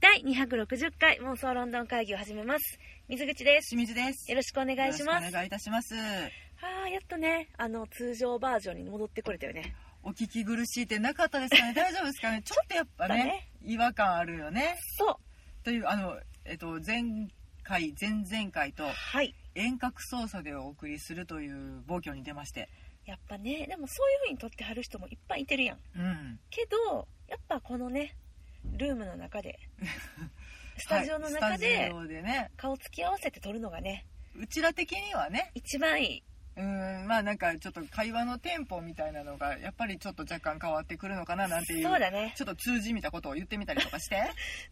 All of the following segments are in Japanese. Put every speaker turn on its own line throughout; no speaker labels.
第260回妄想ロンドン会議を始めます。水口です。
清水です。
よろしくお願いします。
お願いいたします。
ああ、やっとね、あの、通常バージョンに戻ってこれたよね。
お聞き苦しいってなかったです かね。大丈夫ですかね。ちょっとやっぱ
ちょっと
ね
ね、
違和感あるよね。
そう。
というあのえっと前回前々回と
はい。
遠隔操作でお送りするという暴挙に出まして、
やっぱね、でもそういう風に撮ってはる人もいっぱいいてるやん。
うん。
けど、やっぱこのね、ルームの中 で、スタジオの中
はいス
で
タジオでね、
顔つき合わせて撮るのがね、
うちら的にはね、
一番いい。
うんまあなんかちょっと会話のテンポみたいなのがやっぱりちょっと若干変わってくるのかななんていう。
そうだね。
ちょっと通じみたことを言ってみたりと かして、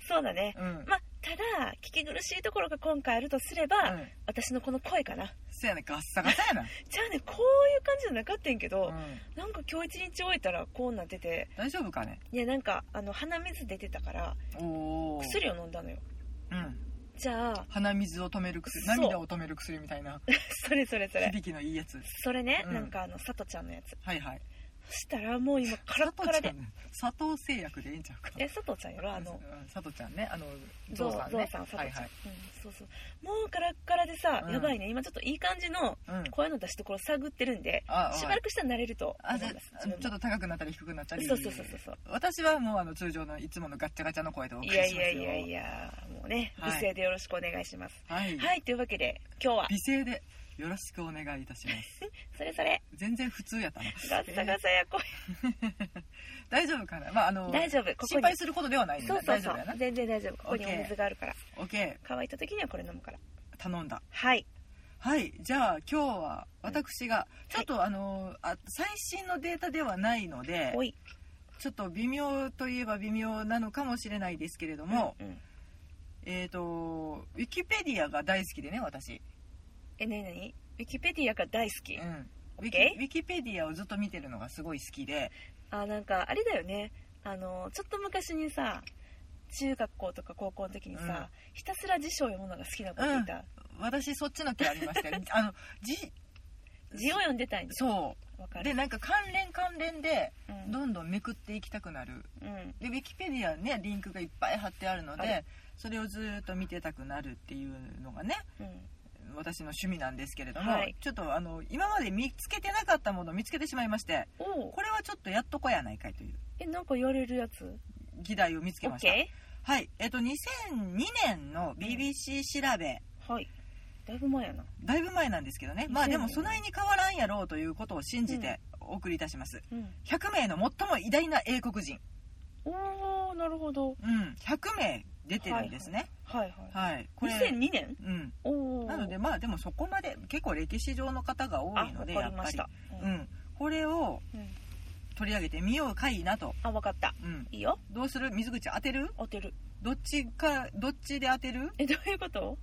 そうだね。
うん、うん、
まあ、ただ、聞き苦しいところが今回あるとすれば、私のこの声かな。
せやねガッサガサやな、
じゃあねこういう感じじゃなかったんやけど、
うん、
なんか今日一日終えたらこうなってて
大丈夫かね
いやなんかあの鼻水出てたから
おお、
薬を飲んだのよ
うん、
じゃあ
鼻水を止める薬
そう
涙を止める薬みたいな
それそれそれ
響きのいいやつ
それね、
うん
なんかあの佐都ちゃんのやつ
はいはい
そしたらもう今カラッカラで
佐藤製薬でいいんちゃうか
え佐藤ちゃんやろあの
うん佐藤ちゃんねあの
ゾ
ゾウ
ウ
さ
さ
ん
ん、ゾ
ね
ウさん佐
はい
藤ちゃん、
はい
うん、そうそうもうカラッカラでさ、
うん
やばいね今ちょっといい感じの
うん
声の出し所探ってるんで
あ
しばらくしたら慣れると
あ
思
じゃ
います
あちょっと高くなったり低くなったり
そうそうそうそうそう
私はもうあの通常のいつものガッチャガチャの声でお
い
送りしま
や
す
い
よ
やいやいやもうね
はい
不正でよろしくお願いします、
はい、
はい、というわけで今日は
美声でよろしくお願いいたします
それそれ
全然普通やったな
ガッサガサや声、
大丈夫かなまああの
大丈夫ここ
心
に
配することではないんで
そうそう
大
そ
丈夫や
う
な
全然大丈夫ここにお水があるから
OK
乾いた時にはこれ飲むから
頼んだ
はい
はいじゃあ今日は私がちょっとあのあ最新のデータではないので
おい
ちょっと微妙といえば微妙なのかもしれないですけれども、
うん、
えっ、とウィキペディアが大好きでね私、
えなになにウィキペディアが大好き、
うん、ウィキ
OK
ウィキペディアをずっと見てるのがすごい好きで
あなんかあれだよねあのちょっと昔にさ中学校とか高校の時にさ、
うん
ひたすら辞書を読むのが好きな子がいた、
私そっちの気ありまして あのじ
字を読んでたいんです
そ
わか
う
る
でなんか関連関連で
うん
どんどんめくっていきたくなる
うん
でウィキペディアねリンクがいっぱい貼ってあるの
あ
でそれをずーっと見てたくなるっていうのがね
うん
私の趣味なんですけれども、
はい
ちょっとあの今まで見つけてなかったものを見つけてしまいまして
おう
これはちょっとやっとこやないかいという
えなんか言われるやつ
議題を見つけ
オ
ま
ッ
した、
ケ
はいえっと2002年の BBC 調べ、
ーはいだいぶ前やな
だいぶ前なんですけどねまあでもそないに変わらんやろうということを信じてお送りいたします
うん
100名の最も偉大な英国人、
おおなるほど
うん、100名出てるんですね
はいはい
はい、これ
2002年
うん
おお
なのでまあでもそこまで結構歴史上の方が多
あ
いので
わか
や
り
っ
ま
ぱ
し
り
た、う
うんん、これを
うん
取り上げてみようかいなと、
あわかった
うん、
いいよ
どうする水口当てる
当てる
どっちかどっちで当てる
えどういうこと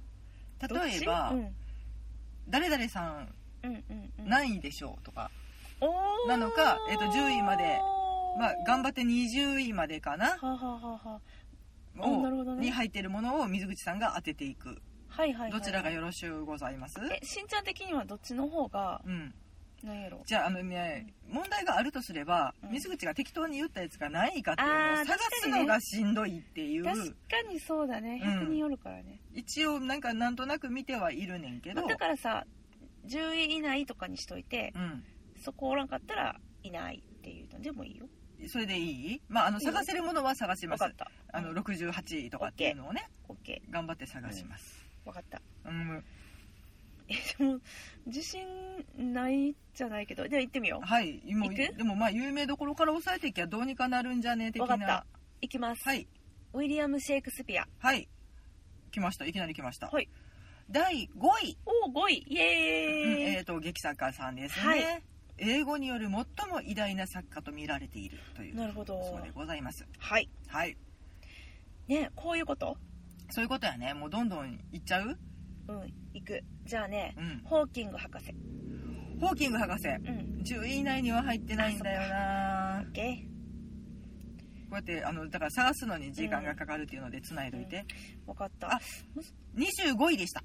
どっ
例え
ち
ば
うん
「誰々さん
うんうんうん
何位でしょう?」とか
おー
なのかえっと10位までまあ頑張
っ
って20位までかな
ははははあ
を
なるほどね
に入ってるものを水口さんが当てていく
はいはいはい
どちらがよろしゅうございます
えしんちゃん的にはどっちの方が
うん
何やろ
じゃああのね問題があるとすれば
うん
水口が適当に言ったやつが何位かっていうの
あ
を
ー
探
確か
す
にね
のがしんどいっていう
確かにそうだね
うん
100によるからね、
一応なんかなんとなく見てはいるねんけ
ま
ど
あ、だからさ10位以内とかにしといて
うん
そこおらんかったらいないっていうのでもいいよ
それでいいまああの
いいよ
探せるものは探しま
分
す
かった
あの68位とかっていうのをね
OK
頑張って探します
分かった
うん
でも自信ないじゃないけどでは行ってみよう
はいもう
いく
でもまあ有名どころから押さえていきゃどうにかなるんじゃねえ的
わかった
な
行きます、
はい
ウィリアム・シェイクスピア
はい来ましたいきなり来ました
はい
第5位
おお5位イ
うん
エーイ、
えーと劇作家さんですね、
はい
英語による最も偉大な作家と見られているという
なるほど
そうでございます
はい
はい
ねこういうこと
そういうことやねもうどんどんいっちゃう
うん行くじゃあね
うん
ホーキング博士
ホーキング博士
うん
10位以内には入ってないんだよな
OK
こうやってあのだから探すのに時間がかかるっていうのでつないどいて、
分かった
あ25位でした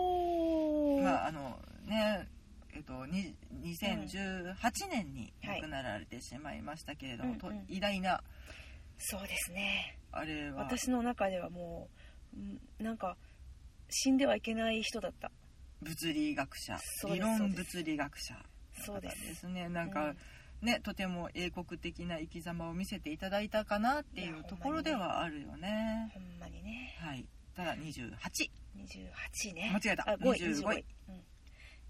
おお、
まああのねえっと、に2018年に亡くなられてしまいましたけれども、
うん
と
うんうん
偉大な
そうですね
あれは
私の中ではもうんなんか死んではいけない人だった
物理学者
そうで
理
す
論物理学者
そ
の
う
方
で
ですすねなん
う
か
ん
ねとても英国的な生き様を見せていただいたかなってい
いや
うところではあるよね
ほんまにね
はいただ
28
28
位ね
間違えた
あ5位
25
25
位
位、うん、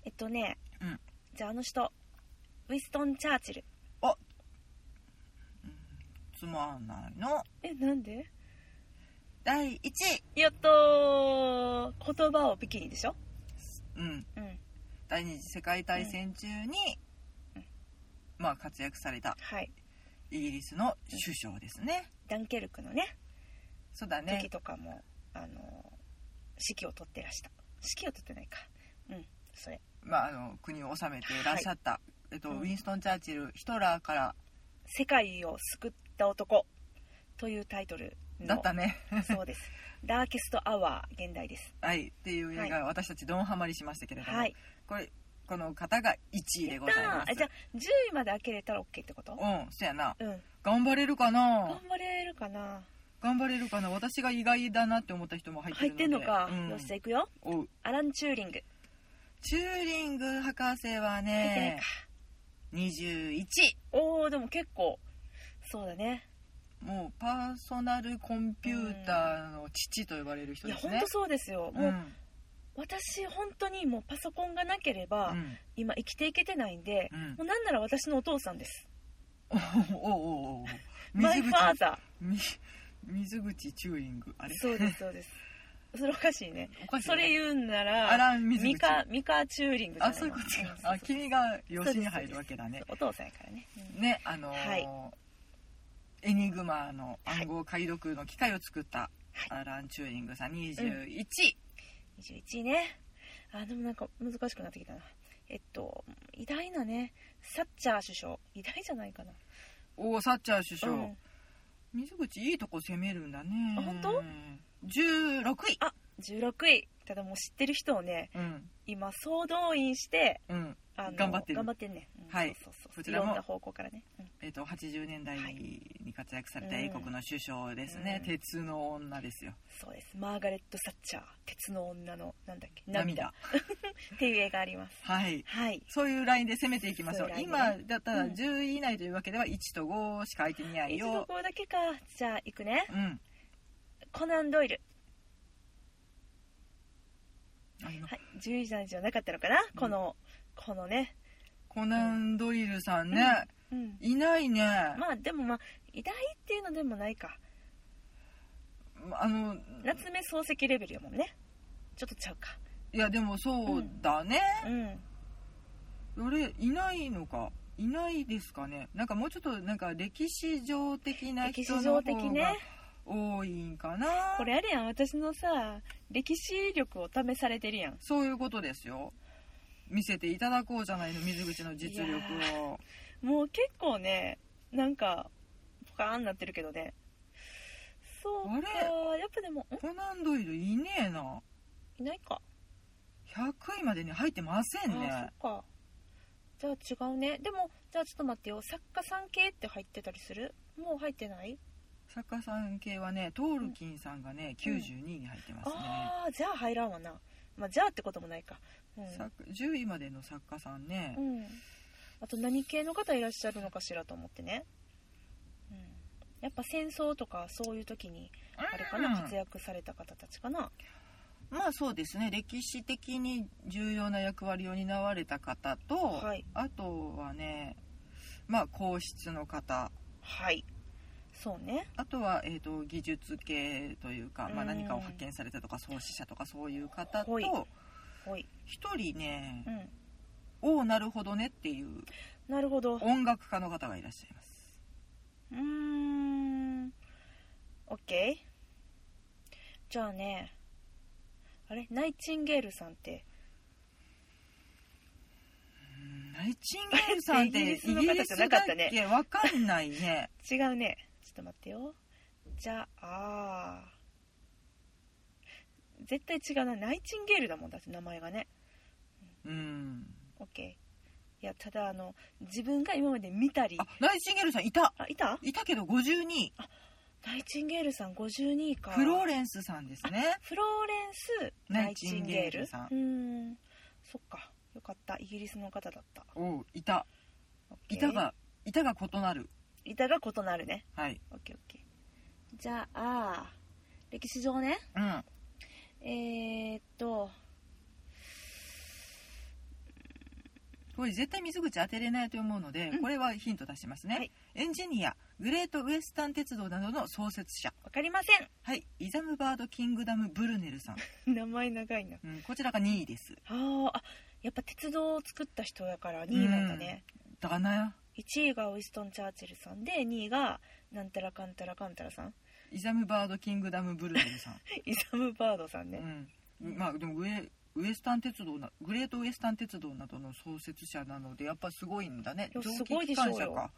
えっとね、
うん
じゃああの人ウィンストン・チャーチル
つまんないの
えなんで
第1位
やっと言葉をビキニでしょ
うん
うん
第二次世界大戦中に、
うん
まあ活躍された
はい
イギリスの首相ですね、
ダンケルクのね
そうだね
時とかも、あの指揮を取ってらした指揮を取ってないかうんそれ
まあ、あの国を治めていらっしゃった、えっと
うん
ウィンストン・チャーチルヒトラーから
「世界を救った男」というタイトルの
だったね、
そうですダーケストアワー現代です
はい、っていう映画、私たちドンハマりしましたけれども、
はい
これこの方が1位で
やっ
ご
た
ざいます
ーあじゃあ10位まで開けれたら OK ってこと
うんそやな
うん
頑張れるか
頑
な
張れるかな
頑張れるかな私が意外だなって思った人も入って
入
る
っ
の
て
で
んのか、
うん
よしじゃあいくよ
おう
アラン・チューリング
チューリング博士は
入ってない
ね
か
21
おおでも結構そうだね
もうパーソナルコンピューターの父と呼ばれる人
いや
です
本
ね
当そうですよ、
う
もうん私本当にもうパソコンがなければ、
うん
今生きていけてないんで、
うん
もうなんなら私のお父さんです
おうおうおうおう
マイ
水
フ
口
ァーザ
み水口チューリングあ
ー
れ
そうですそうですそれおかしいね
おかしい
それ言うんな
ア
ら
ラン水口
ミカミカチューリングじゃ
あ
ない
そういうこと
ん
かあ
そうそう
君が養子に入るわけだね
お父さんやからね、うん
ねあのー
はい
エニグマの暗号解読の機械を作ったアラン・チューリングさん21位
21位ねあでもなんか難しくなってきたなえっと偉大なねサッチャー首相偉大じゃないかな
おおサッチャー首相、
うん
水口いいとこ攻めるんだね
あ本当
16位
あ16位ただもう知ってる人をね
うん
今総動員して
うん
あの
頑張ってる
頑張ってんね、うん
はい
そうそうそう
こ
い
ちらも
ろんな方向からね、うん
えっと80年代
はい
に活躍された英国の首相ですね、
うん
鉄の女ですよ
そうですマーガレット・サッチャー鉄の女のなんだっけ
涙
っていう映画あります
はい
はい
そういうラインで攻めていきましょう
そういうライ
今
ンでね
だったら
うん
10位以内というわけでは1と5しか空いていない
一度
よ
これだけかじゃあ行くね
うん
コナン・ドイル、
あの
はい、10位じゃないじゃなかったのかな、このこのね
コナン・ドイルさんね、
うん
いないね、
まあでもまあ偉大っていうのでもないか
あの
夏目漱石レベルやもんねちょっとちゃうか
いやでもそうだね、
うん
俺いないのかいないですかねなんかもうちょっとなんか歴史上的な
歴
人
史
の
上的
方が
ね
多いんかな
これあれやん私のさ歴史力を試されてるやん
そういうことですよ見せていただこうじゃないの水口の実
い
力
や
を
もう結構ねなんかポカーンなってるけどねそうかやっぱでもん
コナン・ドイルいねえない
ないか、
100位までに入ってません
あ
ね
そっかじゃあ違うねでもじゃあちょっと待ってよ作家さん系って入ってたりするもう入ってない、
作家さん系はねトールキンさんがね
うん
92位に入ってますね、
ああじゃあ入らんわなまあじゃあってこともないかうん
作10位までの作家さんね、
うん、あと何系の方いらっしゃるのかしらと思ってね、うん、やっぱ戦争とかそういう時にあれかな、活躍された方たちかな
まあそうですね歴史的に重要な役割を担われた方と、
はい
あとはねまあ皇室の方
はいそうね
あとは、えー、と技術系というか、まあ、
うん
何かを発見されたとか創始者とかそういう方と
ほい
1
ほい
人ね
うん
おおなるほどねっていう
なるほどう
音楽家の方がいらっしゃい ます
ーん OK じゃあねあれナイチンゲールさんって
ナイチンゲールさんって
あ
イ
れ
ギ
イ
リ
ギリスの
ス
方じゃなか
だっ
ったね
けわかんないね
違うねちょっと待ってよじゃああー絶対違うなナイチンゲールだもんだって名前がね
うん
オッケーいやただあの自分が今まで見たり
あナイチンゲールさんいた
あいた
いたけど52位
ナイチンゲールさん52位か
フローレンスさんですね
フローレンスナ
ナ
イ
イ
チ
チ
ン
ン
ゲ
ゲ
ー
ー
ル
ルさん
うんそっかよかったイギリスの方だった
おういた
OK
板が板が異なる
板が異なるね
はい
オッケーオッケーじゃあ歴史上ね
うん
えー、っと
これ絶対水口当てれないと思うので、
うん
これはヒント出しますね、
はい
エンジニアグレートウエスタン鉄道などの創設者
わかりませ
はいイザムバードキングダムブル ネルさん、
ん名前長いな
うん、こちらが2位です
あーあやっぱ鉄道を作った人だから2位なんだね、
だからな
1位がウィンストン・チャーチルさんで2位がなんたらかんたらかんたらさん
イザムバードキングダムブルネル さん、
イサム・バードさんね、
うん、まあでもウエウエスタン鉄道なグレートウエスタン鉄道などの創設者なのでやっぱすごいんだね
いや
蒸
す
気
ごいで
機
しょうよ
関車か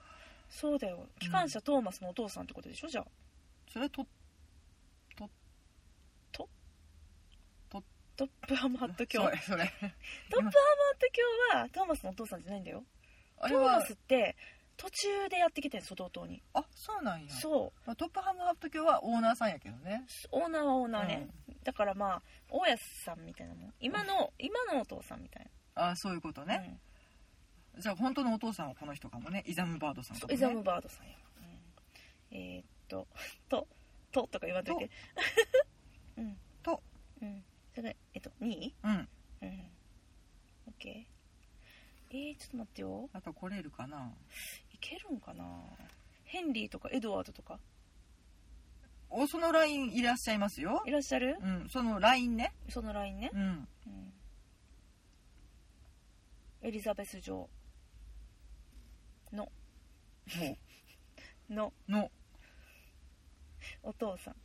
そうだよ機関車トーマスのお父さんってことでしょじゃあ
それはとと
と
と
トップハマット教
それそ れ
トップハマット教はトーマスのお父さんじゃないんだよ
あれ
トーマ
は
スって途中でやってきてん外島に、
あそうなんや
そう
まあ、トップハムハット教はオーナーさんやけどね
オーナーはオーナーね、だからまあ大家さんみたいなもん今の今のお父さんみたい
ああそういうこと
な、
ね、じゃあ本当のお父さんはこの人かもねイザムバードさん
そ
か
う
も、ね、
イザム・バードさんや、うんえーっと 「と」ととか言わんといて うん
と
うんそれがえっと2位
うん
うん OK えー、ちょっと待ってよ
あと来れるかない
けるんかなヘンリーとかエドワードとか
おそのラインいらっしゃいますよ
いらっしゃる
うんそのラインね
そのラインね、
うん
うん、エリザベス女王
も
の
うの
お父さん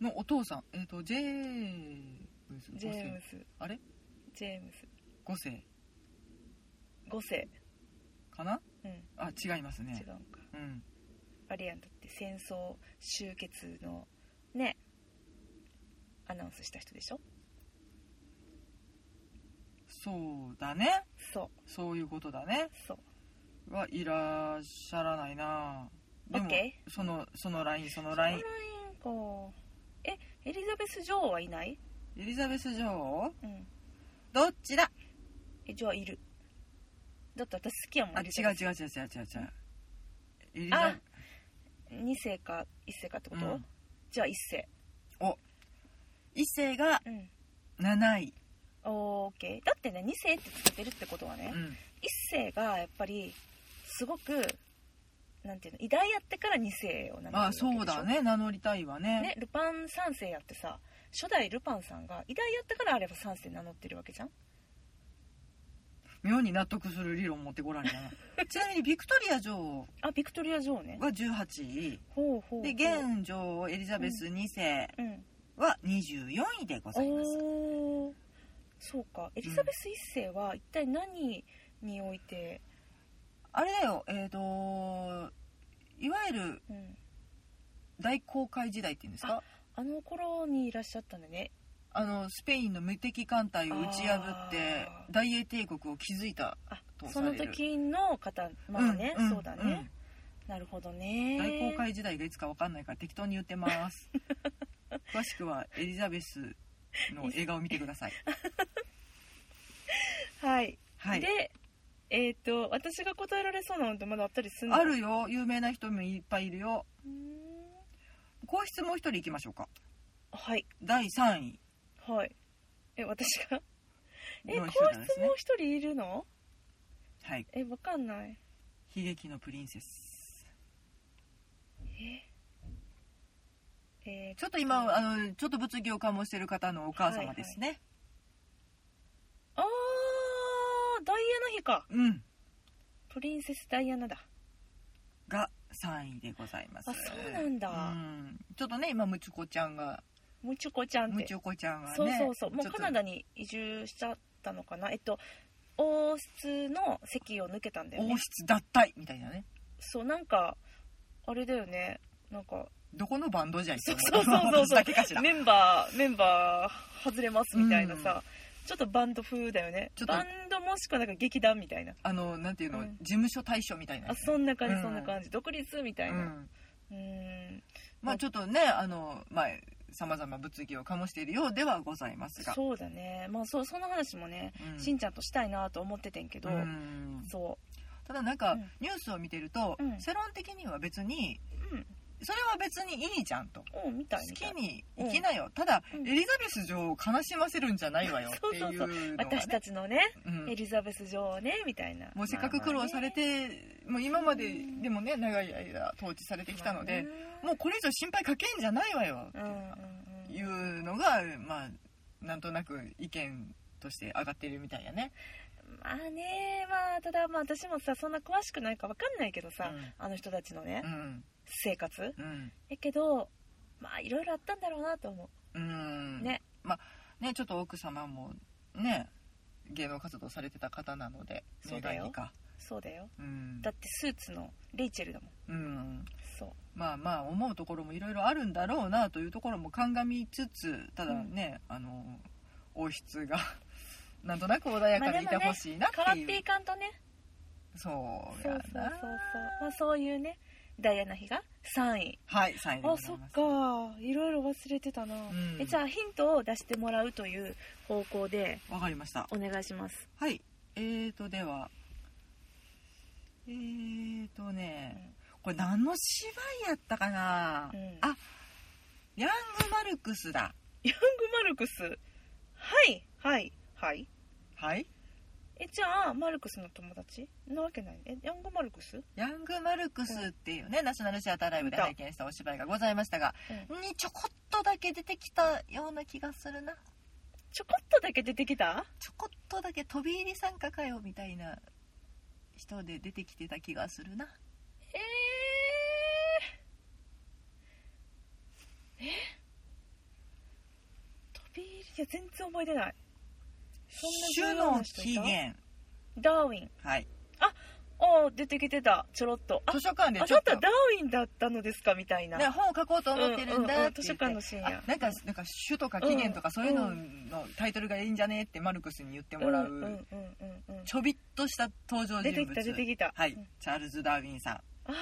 のお父さんえっ、とジェームス
ジェーム
5世
ス
あれ
ジェームス
5世
5世
かな
うん
あ違います
違う
ね
んか
うん
あれやんだって戦争終結のねアナウンスした人でしょ
そうだね
そ
そういうことだね
うそう
はいらっしゃらないなでも
OK
そのそのラインその
ラ
ラ
イ
イ
ン
ン
かえエリザベス女王はいない
エリザベス女王
うん
どっちだ
えじゃあいるだって私好きやもん
あ
エ
違
リ
う
ザベス
違う違う違う違う違うエリ
あ
ザ
2世か1世かってこと、
うん
じゃあ1世
一世が
うん
7位、
オーケーだってね2世ってつけてるってことはね、
うん、
1世がやっぱりすごくなんていうの偉大やってから2世を名乗る
あ
わ
あ
けでしょ
そうだね名乗りたいわね
ね、ルパン三世やってさ初代ルパンさんが偉大やったからあれば三世名乗ってるわけじゃん
妙に納得する理論持ってこられた なちなみにビクトリア女王
あビクトリア女王ね
は18位
ほうほうほう
で現女王エリザベス2世
うん
は24位でございます
おーそうかエリザベス一世は一体何において、
あれだよえっ、といわゆる
うん、
大航海時代っていうんですか
あの頃にいらっしゃったんだね
あのスペインの無敵艦隊を打ち破って
あー
大英帝国を築いた
あ
と
そ
さ
の
れる
時の方まあね、
んん
そうだね、なるほど
う
ね
ん大航海時代がいつか分かんないから適当に言ってます 詳しくはエリザベスの映画を見てください
はい、
はい
でえっ、と私が答えられそうなのってまだあったりするの
あるよ有名な人もいっぱいいるよ
うーん
皇室もう一人行きましょうか
はい
第3位
はい。え、私がえ、
の
皇
人なんです
室
ね
もう一人いるの
はい
え、わかんない。
悲劇のプリンセス
えー
ちょっと今あのちょっと物議を醸してる方のお母様ですね、
あー、ダイアナ妃か。
うん
プリンセスダイアナだ。
が3位でございます
あそうなんだ
うんちょっとね今ムチコちゃんが
ムチョコちゃんっ
ム
て
チ。コちゃんがね
そうそうそう。もうカナ
ダ
ダに移住しちゃったのかな。えっと、王室の席を抜けたんだよね
王。室脱退みたいなね
そう、なんか、あれだよね。なん か、
どこのバンドじゃい
そうそう そう そう
私だけかしら
メンバー、メンバー外れますみたいなさ、ちょっとバンド風だよね
ちょ。っと
バンドかもしくはなんか劇団みたいな
あのなんていうの、
うん
事務所対象みたいなや
あ
つ
そんな感じ、
うん
そんな感じ独立みたいうなんうん
まあちょっとねあのまあさまざま物議を醸しているようではございますが
そうだねまあそその話もね、
うん
しんちゃんとしたいなと思っててんけど、
うん
そ
ただなんか、
うん
ニュースを見てると、
うん
世論的には別に
ううん
それは別にいいじゃんと
おみた
好
いみたい
きに生きなよ、ただ、
うん
エリザベス女王を悲しませるんじゃないわよっていうのが、ね、
私たちのね、
うん
エリザベス女王ねみたいな
もうせっかく苦労されて、もう今まででもね長い間統治されてきたので、、もうこれ以上心配かけんじゃないわよ
まあね
って
うんうんうん、
いうのが、まあなんとなく意見として上がってるみたいやね。
まあねまあただまあ私もさそんな詳しくないかわかんないけどさ、あの人たちのね、
うん
生活
うん
やけどまあいろいろあったんだろうなと思
うん
ね
まあねちょっと奥様もね芸能活動されてた方なので
そうだよ
願いか
うそうだよ
うん
だってスーツのレイチェルだもん
うん
そう
まあまあ思うところもいろいろあるんだろうなというところも鑑みつつただね、あの王室が なんとなく穏やかでいてほしいな
変
っ
わ
ていう、
っていかんとね
そう
そう
や
そ
な
うそうそうまあそういうねダイアナ妃が3位
はい3位でご
あ
ざ
そ
い
っ
ます
かいろいろ忘れてたな、
ん
えじゃあヒントを出してもらうという方向で
わかりました
お願いします
はいえーとではえーとねこれ何の芝居やったかな、
うん
あヤングマルクスだ
ヤングマルクスはいはいはい
はい
えじゃあマルクスの友達なわけないえヤングマルクス
ヤングマルクスっていうね、ナショナルシアターライブで拝見したお芝居がございましたが、にちょこっとだけ出てきたような気がするな
ちょこっとだけ出てきた
ちょこっとだけ飛び入り参加かよみたいな人で出てきてた気がするな
えー、え飛び入りいや全然覚えてないそ
種
んな重要
の
な人い
起
た
源
ダーウィン
はい
ああ出てきてたちょろっとあ
図書館で
あ
ちょ
な
っと
たダーウィンだったのですかみたいな、
ね、本を書こうと思ってるん
うんうん
だ
う
っ
ん
て
図書
言って、
館のシーンや
あなんかなんか種とか起源とかそういうののタイトルがいいんじゃねってマルクスに言ってもらう、
うんうんうんうんうん
ちょびっとした登場
出て
人物
きた出てきた、
はいチャールズ・ダーウィンさん
ああ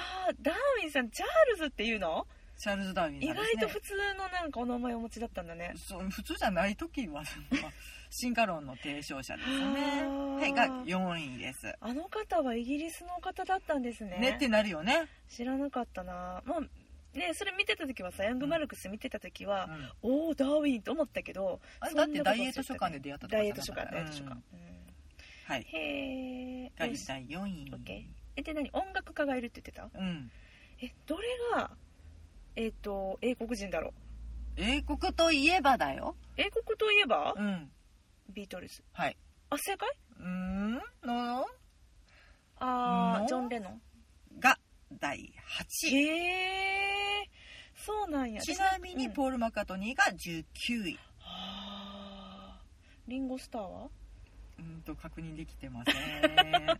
ダーウィンさんチャールズっていうの
チャールズ・ダーウィン
意
さんです、ね、
外と普通のなんかお名前をお持ちだったんだね
そう普通じゃない時はまあ進化論の提唱者ですね
はあ
はいが4位です
あの方はイギリスの方だったんですね
ねってなるよね、
知らなかったなまあねそれ見てた時はさヤングマルクス見てた時は、
うん
おおダーウィンと思ったけど
あれ
そんな
だっ
こと
て大英図書館で出会ったとか
大
じ
英
ゃ
図
な
書
かっ
館
た
大英図書館、
うんはい
うんへ
が
え
第4位
オッケえで何音楽家がいるって言ってた
うん
えどれがえっ、と英国人だろう
英国といえばだよ
英国といえば、
うん
ビートルズ
はい
あ正解
うーんの
あ
う
あ
ん
ジョン・レノン
が第8位
へえそうなんや
ちなみに
うん
ポール・マカートニーが19位
はあリンゴスターは
うんと確認できてませんごめんない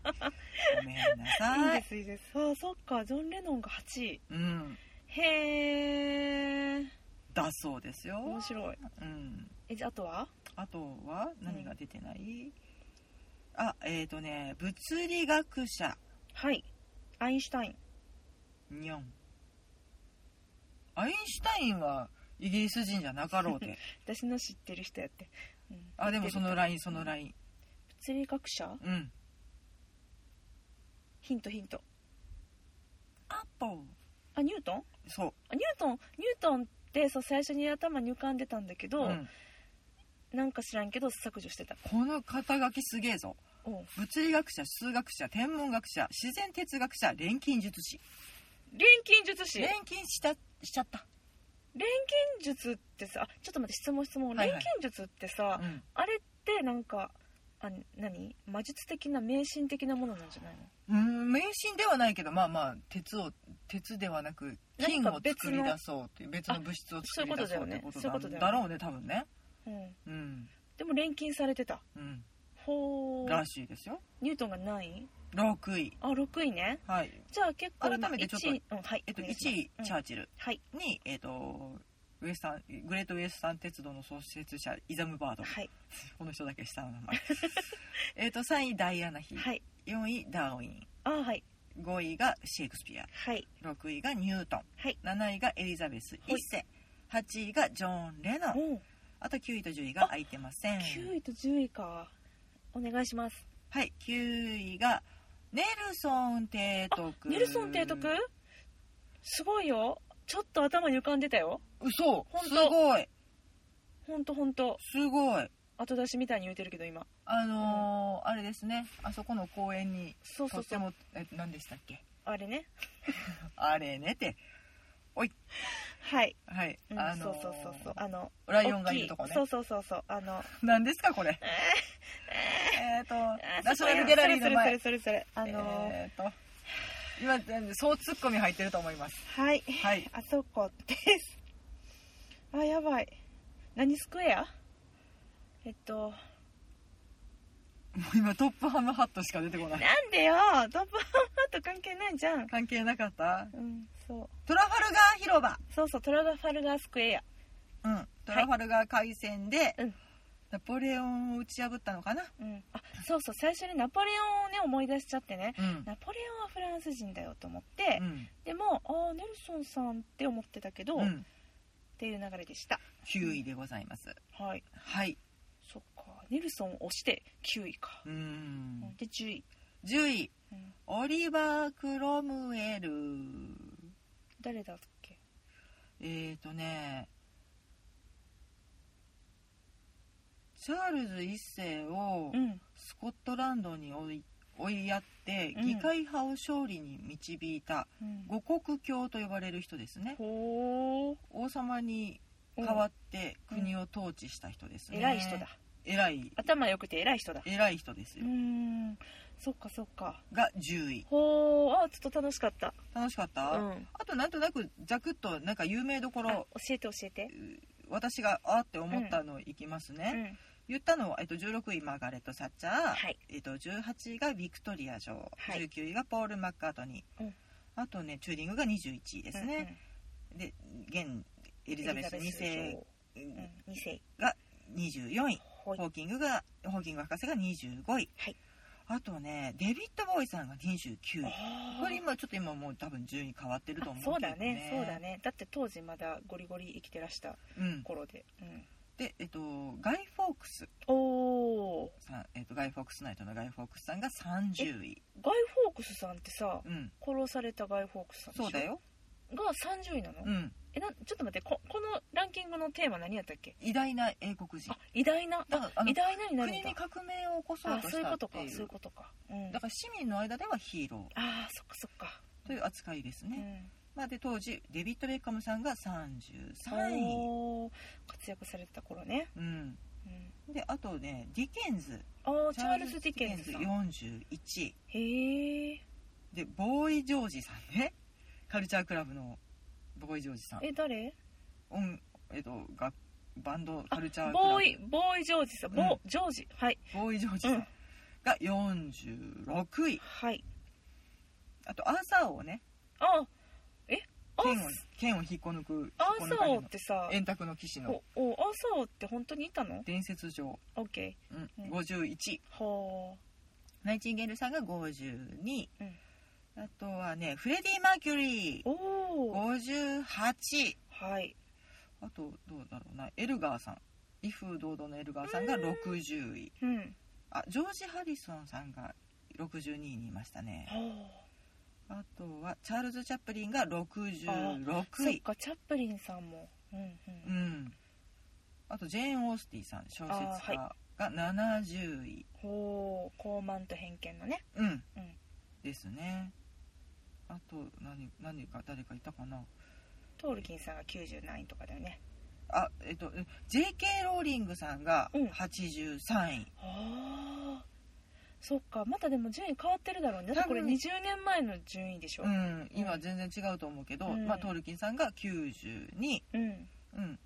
さ
い
い
ですいいですああそっかジョン・レノンが8位
うん
へえ
だそうですよ
面白い
うん
えじゃああとは
あとは何が出てない、あえっ、とね物理学者
はいアインシュタイン
にょんアインシュタインはイギリス人じゃなか ろうて
私の知ってる人やって、うん
あでもその
物
ラインそのライン
理学者
うん
ヒントヒント
アッポ
あニュートン
そう
あニュートンニュートンってそう最初に頭に浮かんでたんだけど、
うん
なんか知らんけど削除してた
この肩書きすげえぞ
おう
物理学者数学者天文学者自然哲学者錬金術師
錬金術師
錬金したしちゃった、
錬金術ってさあちょっと待って質問質問、
はいはい
錬金術ってさ、
うん
あれってなんかあ何魔術的な迷信的なものなんじゃないの
うん迷信ではないけどまあまあ鉄を鉄ではなく金を作り出そうっていう別
か別の
の物質を作り出そうってこと
そういう
だ
ことだよね
だろうね多分ね
うん、
うん
でも錬金されてた
うん
ほう
らしいですよ
ニュートンが何位
6位
あ6位ね
はい
じゃあ結構
改めてちょっと
1位、うんはい
えっと
お
1
願いします
位チャーチル
うんはい
にえっとウエスタングレートウエスタン鉄道の創設者イザム・バード、
はい
この人だけ下の名前 えっと3位ダイアナ妃、
はい
4位ダーウィン
あーはい
5位がシェイクスピア
はい
6位がニュートン、
はい
7位がエリザベス
い
一世8位がジョン・レノン
おう
あと9位と10位が空いてません
9位と10位かお願いします
はい9位がネルソン提督
ネルソン提督すごいよちょっと頭に浮かんでたよ
嘘
本当
すごい
ほんとほんと
すごい
後出しみたいに言うてるけど今
あのーあれですねあそこの公園に
そうそ
と
う
って
そう
もえ何でしたっけ
あれね
あれねって
はい、
はい、
うん
あのー
そうそうそうそうあの
ライオンがいるとこ
大き
ね
そうそうそうそうあの
何ですかこれえっ、とナショナルギャラリーの前
それそれそれそれそれあのー
えー、と今総ツッコミ入ってると思います
はい
はい
あそこですあやばい何スクエアえっと
もう今トップハムハットしか出てこない
なんでよトップハート関係ないじゃん
関係なかった
うんそう
トラファルガー広場
そうそうトラファルガースクエア
うんトラファルガー海戦で、
うん
ナポレオンを打ち破ったのかな
うんあそうそう最初にナポレオンをね思い出しちゃってね
うん、
ナポレオンはフランス人だよと思って、
うん
でもあーネルソンさんって思ってたけど、
う
っ
ん、
ていう流れでした
9位でございます
はい
はい
そっかネルソンを押して9位か、
う
うんんで10位、
10位
うん
オリバー・クロムエル
誰だっけ
えーとねチャールズ一世を
うん
スコットランドに追い追いやって
うん
議会派を勝利に導いた
うん
五国教と呼ばれる人ですね
ほー
王様に代わって国を統治した人ですね
偉い人だ
偉い
頭良くて偉い人だ
偉い人です
うー
よ
んそっかそっか
が10位
ほーあちょっと楽しかった
楽しかっ
う
た、
ん
あとなんとなくざくっとなんか有名どこ
あ教
ろ
えて教えて
私があーって思ったのいきますね、
うん
言ったのは、えっと、16位マーガレット・サッチャー、
はい
えっと、18位がビクトリア女王、
はい
19位がポール・マッカートニー、
うん
あとねチューリングが21位ですね、で現エ
エ
リザベス2世
うん、2世
が24位
ほい
ホーキングがホーキング博士が25位、
はい
あとねデビッド・ボーイさんが29位
あー
これ今ちょっと今もう多分順位変わってると思うけ
そ
ど、
うだねそうだねだって当時まだゴリゴリ生きてらした
うん、
頃で、うん、
でえっとガイ・フォークス
おお
さん、えっと、ガイ・フォークスナイトのガイ・フォークスさんが30位
ガイ・フォークスさんってさ
うん
殺されたガイ・フォークスさんでしょ
そうだよ
が30位なの、
うん
えなちょっと待ってここのランキングのテーマ何やったっけ
偉大な英国人
あ偉大な
だからあの
偉大なになる
国
んだ
に革命を起こそう
あ
と
そう
し
いう
た
こ
って
とか
い
そういううことか、うん、
だから市民の間ではヒーロ
ああそっかそっか
ーという扱いですね、まあ、で当時デビッド・ベッカムさんが
うん、
33位、
おー活躍されてた頃ね、
うん、
うん、
であとねディケンズ
ああチャールズ・ディケンズさん
41位
へえ
でボーイ・ジョージさんねカルチャークラブのボーイ・ジョージさん
え誰
音えっとがバンドカルチャークラブ
ボーイボーイ・ジョージさんボー、ジョージはい
ボーイ・ジョージさ
うん
んが46位
はい
あとアーサー王ね
あえアー
剣を剣を引っこ抜く
ア
引
ー
っこ抜
サー
かれる
王っ
の
てさ
円卓の騎士の
おおアーサー王って本当にいたの
伝説上、
オッケ
うん
うん
51位
ーは
ナイチンゲールさんが52位、
うん
あとはねフレディ・マーキュリー
あおお
58位
はい
あとどうだろうなエルガーさん威風堂々のエルガーさんが60位
うん
あジョージ・ハリソンさんが62位にいましたね
は
あとはチャールズ・チャップリンが66
あそっ
位
かチャップリンさんもうんうん
うんあとジェーン・オースティさん小説
あー
家が70位、
ほう高慢と偏見のね
うん、
うん
ですねあと何何か誰かいたかな
トールキンさんが90何位とかだよね
あえっとえ JK ローリングさんが
うん
83位、
はあそっかまたでも順位変わってるだろうねだってこれ
多分
20年前の順位でしょ
うん今全然違うと思うけど、
うん
まあ、トールキンさんが92、
うん
うん、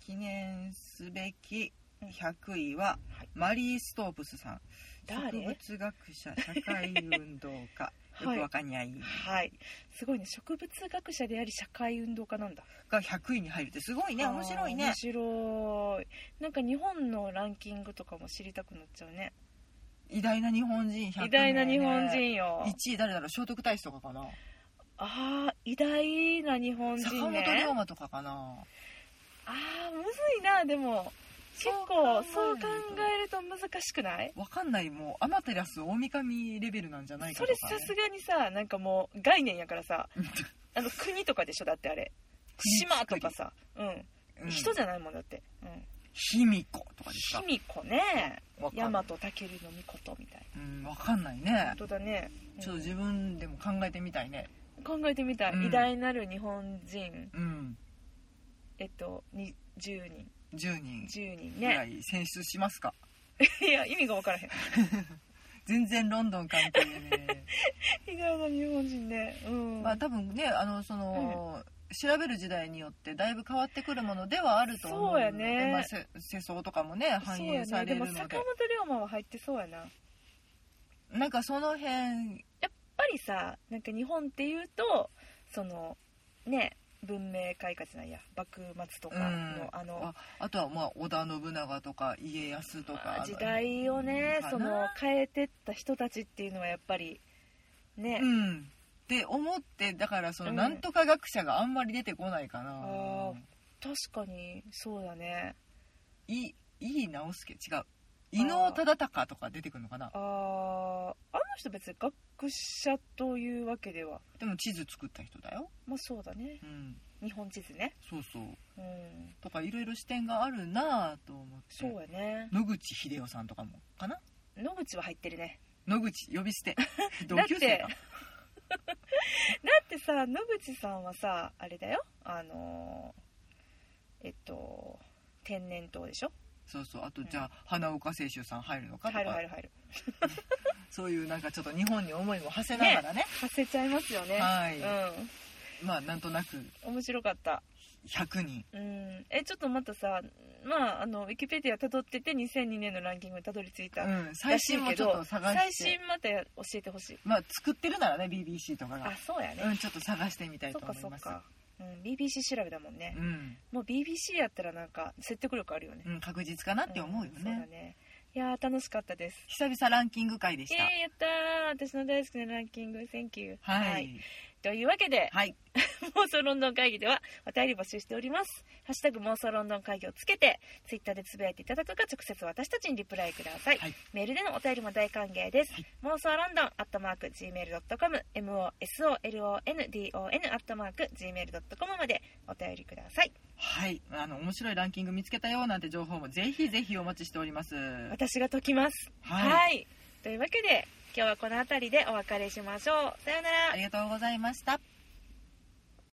記念すべき
うん
100位は
はい
マリー・ストープスさん植
誰
物学者社会運動家よくわかんない、
はいすごいね植物学者であり社会運動家なんだ
が100位に入るってすごいね
あー
面白いね
面白いなんか日本のランキングとかも知りたくなっちゃうね
偉大な日本人100名、ね、
偉大な日本人よ
1位誰だろう聖徳太子とかかな、
ああ偉大な日本
坂
人
本
ね
龍馬とかかな
ああむずいなでも結構そう考えると難しくない
わかんないもうアマテラス大神レベルなんじゃないか
そ
と
れ
か、
さ
ね、
すがにさなんかもう概念やからさ
うん
あの国とかでしょだってあれ
国
島とかさ、うん
うん
人じゃないもんだって、うん、
卑弥呼とかです
卑
か
弥呼ね
わかんな
大和
い
武尊の御事みたい
うんわかんないね
な本当だね、うん
ちょっと自分でも考えてみたいね
考えてみた、
うん
偉大なる日本人
うん
えっとに10人
10人
10人
ぐら
ね
い選出しますか、
いや意味が分からへん
全然ロンドン関係ね
偉大な日本人ねうん、
まあ多分ねあのその、調べる時代によってだいぶ変わってくるものではあると思うので
そうやね
まあ、せ世相とかもね反
そう
映
や
さ
ね
れ
で
る
も
ので
坂本龍馬は入ってそうやなやっ
なんかその辺
ぱりさなんか日本っていうとそのね文明開化じゃないや幕末とかの、
うん
あの
ああとはまあ織田信長とか家康とか
あ時代をね
かな
その変えてった人たちっていうのはやっぱりね、
うんって思ってだからその
うん
なんとか学者があんまり出てこないかな、
あ確かにそうだね
いいいい直輔違う伊能忠敬とか出てくるのかな
あーあの人別に学者というわけでは
でも地図作った人だよ
まあそうだね
うん
日本地図ね
そうそう
うん
とかいろいろ視点があるなぁと思って
そうやね
野口英世さんとかもかな
野口は入ってるね
野口呼 び捨て同級生か
だってさ野口さんはさあれだよあのーえっと天然痘でしょ
そうそうあとじゃあ花岡清舟さん入るのかと
入
か
る入る入る
そういうなんかちょっと日本に思いも馳せながらね
させちゃいますよね
はい、
う
まあなんとなく
ん面白かった
100人
うんえちょっとまたさまああのウィキペディア辿ってて2002年のランキングにたどり着いた、
うん、最新もちょっと探
最
して
新また教えてほしい
まあ作ってるならね BBC とか
あ
が、
そうやね、
うん、ちょっと探してみたい
そ
と
っ
思
か
い
そ
ま
っ
す
か、うん、BBC 調べだもんね、
うん、
もう BBC やったらなんか説得力あるよね、
うん、確実かなって思うよ
んそうだ
ね、
ねいやー楽しかったです
久々ランキング会で
え
した、
やったー私の大好きなランキング Thank you
はい
というわけで
はい
妄想ロンドン会議ではお便り募集しております「ハッシュタグ妄想ロンドン会議」をつけてツイッターでつぶやいていただくか直接私たちにリプライください、
はい
メールでのお便りも大歓迎です、
はい
妄想ロンドンアットマーク Gmail.com MOSOLONDON アットマーク Gmail.com までお便りください
はいあの面白いランキング見つけたよなんて情報もぜひぜひお待ちしておりますは
私が解きます
い、
はいというわけで今日はこの辺りでお別れしましょうさようなら
ありがとうございました